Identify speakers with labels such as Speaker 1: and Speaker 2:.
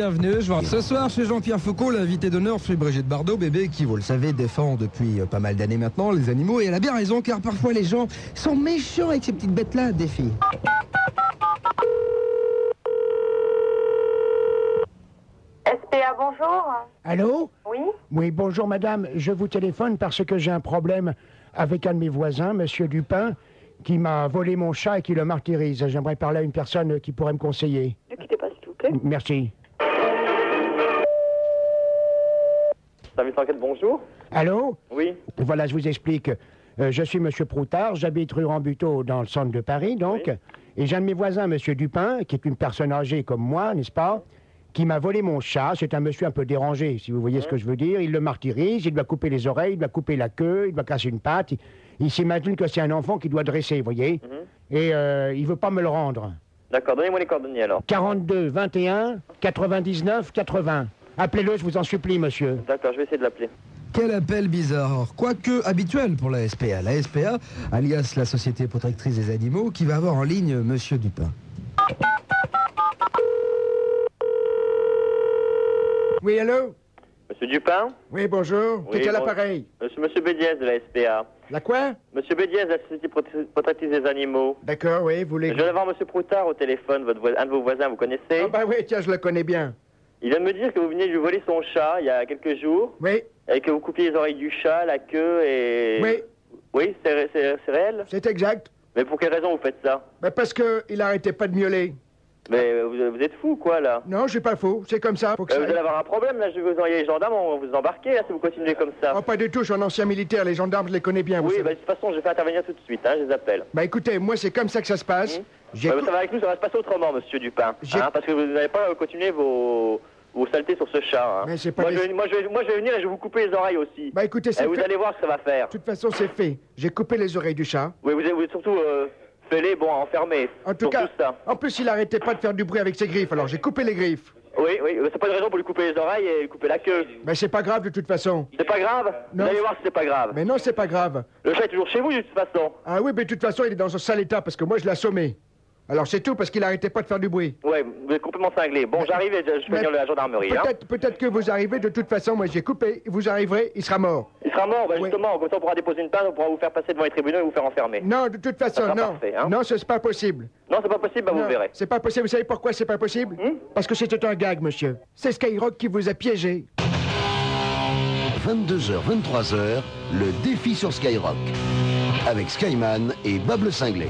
Speaker 1: Bienvenue, je vois ce soir chez Jean-Pierre Foucault, l'invité d'honneur, c'est Brigitte Bardot, bébé qui, vous le savez, défend depuis euh, pas mal d'années maintenant les animaux et elle a bien raison car parfois les gens sont méchants avec ces petites bêtes-là, des filles.
Speaker 2: SPA, bonjour.
Speaker 3: Allô
Speaker 2: Oui,
Speaker 3: Oui, bonjour madame. Je vous téléphone parce que j'ai un problème avec un de mes voisins, monsieur Dupin, qui m'a volé mon chat et qui le martyrise. J'aimerais parler à une personne euh, qui pourrait me conseiller.
Speaker 2: ne quittez pas s'il vous plaît.
Speaker 3: Merci.
Speaker 4: Service enquête, bonjour.
Speaker 3: Allô
Speaker 4: Oui,
Speaker 3: Voilà, je vous explique. Euh, je suis monsieur Proutard, j'habite rue Rambuteau dans le centre de Paris, donc.
Speaker 4: Oui.
Speaker 3: Et j'ai un de mes voisins, monsieur Dupin, qui est une personne âgée comme moi, n'est-ce pas qui m'a volé mon chat, c'est un monsieur un peu dérangé, si vous voyez ce que je veux dire. Il le martyrise, il doit couper les oreilles, il doit couper la queue, il doit casser une patte. Il, il s'imagine que c'est un enfant qu'il doit dresser, vous voyez.
Speaker 4: Mhm.
Speaker 3: Et euh, il veut pas me le rendre.
Speaker 4: d'accord, donnez-moi les coordonnées alors.
Speaker 3: 42 21 99 80. Appelez-le, je vous en supplie, monsieur.
Speaker 4: D'accord, je vais essayer de l'appeler.
Speaker 1: Quel appel bizarre, quoique habituel pour la SPA. La SPA, alias la Société Protectrice des Animaux, qui va avoir en ligne Monsieur Dupin.
Speaker 3: Oui, allô
Speaker 4: Monsieur Dupin
Speaker 3: Oui, bonjour.
Speaker 4: Oui,
Speaker 3: Qui est à
Speaker 4: bon-
Speaker 3: l'appareil
Speaker 4: Euh, c'est Monsieur Bédiez de la SPA.
Speaker 3: La quoi
Speaker 4: Monsieur Bédiez de la Société Prote- Protectrice des Animaux.
Speaker 3: D'accord, oui, vous
Speaker 4: Je
Speaker 3: voulez.
Speaker 4: viens d'avoir Monsieur Proutard au téléphone, votre voi- un de vos voisins, vous connaissez
Speaker 3: Ah bah oui, tiens, je le connais bien.
Speaker 4: Il vient de me dire que vous venez de lui voler son chat il y a quelques jours
Speaker 3: Oui,
Speaker 4: et que vous coupiez les oreilles du chat, la queue et...
Speaker 3: oui,
Speaker 4: Oui, c'est ré- c'est- c'est réel
Speaker 3: c'est exact.
Speaker 4: Mais pour quelle raison vous faites ça
Speaker 3: Bah parce que il arrêtait pas de miauler.
Speaker 4: Mais euh, vous, vous êtes fou quoi là
Speaker 3: Non, j'ai pas faux, c'est comme ça. Faut que
Speaker 4: Euh,
Speaker 3: ça
Speaker 4: Vous
Speaker 3: aille.
Speaker 4: allez avoir un problème là, je vais vous envoyer les gendarmes, on va vous embarquer là si vous continuez comme ça.
Speaker 3: Oh, pas du tout, je suis un ancien militaire, les gendarmes, je les connais bien. Ah, vous
Speaker 4: Oui,
Speaker 3: savez.
Speaker 4: bah, de toute façon, je vais faire intervenir tout de suite, hein, je les appelle.
Speaker 3: Bah écoutez, moi c'est comme ça que ça se passe.
Speaker 4: Mmh.
Speaker 3: J'ai
Speaker 4: Ouais,
Speaker 3: cou-
Speaker 4: ça va avec nous, ça va se passer autrement, monsieur Dupin.
Speaker 3: J'ai-
Speaker 4: hein, parce que vous n'allez pas euh, continuer vos, vos saletés sur ce chat. hein.
Speaker 3: Mais c'est pas
Speaker 4: moi,
Speaker 3: des-
Speaker 4: je vais, moi, je vais- moi, je vais venir et je vais vous couper les oreilles aussi.
Speaker 3: Bah écoutez, c'est
Speaker 4: et Eh, vous
Speaker 3: fait.
Speaker 4: allez voir ce que ça va faire.
Speaker 3: De toute façon, c'est fait. J'ai coupé les oreilles du chat.
Speaker 4: Oui, vous êtes, vous êtes surtout euh, fêlés, bon, enfermés.
Speaker 3: En tout
Speaker 4: pour
Speaker 3: cas,
Speaker 4: ça.
Speaker 3: en plus, il arrêtait pas de faire du bruit avec ses griffes, alors j'ai coupé les griffes.
Speaker 4: Oui, oui, euh, c'est pas une raison pour lui couper les oreilles et lui couper la queue.
Speaker 3: Mais c'est pas grave de toute façon.
Speaker 4: C'est pas grave
Speaker 3: Non.
Speaker 4: Vous allez voir si c'est pas grave.
Speaker 3: Mais non, c'est pas grave.
Speaker 4: Le chat est toujours chez vous, de toute façon.
Speaker 3: Ah oui, mais de toute façon, il est dans un sale état parce que moi je l'ai assommé. Alors c'est tout parce qu'il arrêtait pas de faire du bruit.
Speaker 4: Ouais, vous êtes complètement cinglé. Bon, j'arrive et je, je vais
Speaker 3: mais-
Speaker 4: venir la gendarmerie. hein.
Speaker 3: Peut-être peut-être que vous arrivez, de toute façon, moi j'ai coupé, vous arriverez, il sera mort.
Speaker 4: Il sera mort, bah,
Speaker 3: Oui.
Speaker 4: justement, comme ça on pourra déposer une plainte, on pourra vous faire passer devant les tribunaux et vous faire enfermer.
Speaker 3: Non, de toute façon,
Speaker 4: sera
Speaker 3: non.
Speaker 4: parfait, hein.
Speaker 3: Non, ce c'est pas possible.
Speaker 4: Non, c'est pas possible, bah, vous
Speaker 3: Non,
Speaker 4: verrez.
Speaker 3: C'est pas possible, vous savez pourquoi c'est pas possible
Speaker 4: Hmm
Speaker 3: Parce que c'était un gag, monsieur. C'est Skyrock qui vous a piégé.
Speaker 5: 22h, 23h, le défi sur Skyrock. Avec Skyman et Bab le Cinglé.